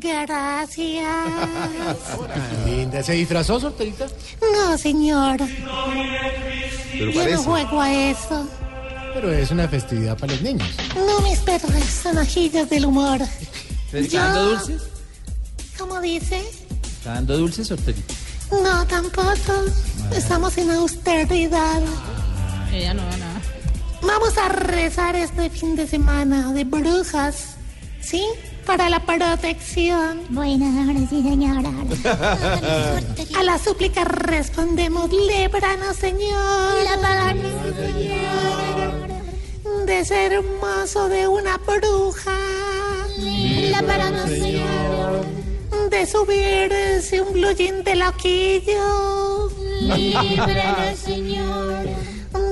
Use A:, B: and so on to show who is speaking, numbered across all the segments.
A: Gracias.
B: Linda, ¿se disfrazó, solterita?
A: No, señor.
C: Pero
A: Yo no
C: parece.
A: juego a eso.
B: Pero es una festividad para los niños.
A: No mis personajillos del humor.
D: ¿Está dando dulces?
A: ¿Cómo dice?
D: ¿Está dando dulces, Sorterita?
A: No, tampoco. Estamos en austeridad.
E: Ella no da nada.
A: Vamos a rezar este fin de semana de brujas. ¿Sí? Para la protección.
F: Bueno, ahora sí, señora.
A: A la súplica respondemos, lébranos, Señor. De ser hermoso de una bruja.
F: Señor.
A: De subirse un blue jean de loquillo.
F: Líbranos, Señor.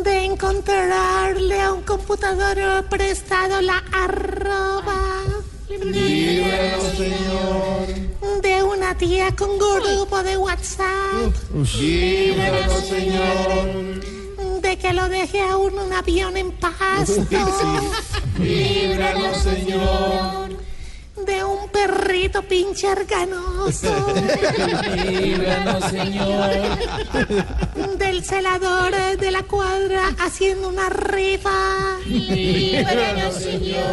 A: De encontrarle a un computador prestado la arroba.
F: Líbranos, Señor.
A: De una tía con grupo de WhatsApp.
F: Líbranos, Señor.
A: De que lo deje a uno un avión en pasto.
F: Líbranos, Señor.
A: De un perrito pinche arganoso.
F: Líbranos, Señor.
A: Del celador de la cuadra haciendo una rifa.
F: Líbranos, Señor.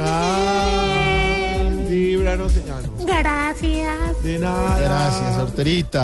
A: Amén.
C: Líbranos, Señor.
A: Gracias.
C: De nada.
B: Gracias, solterita.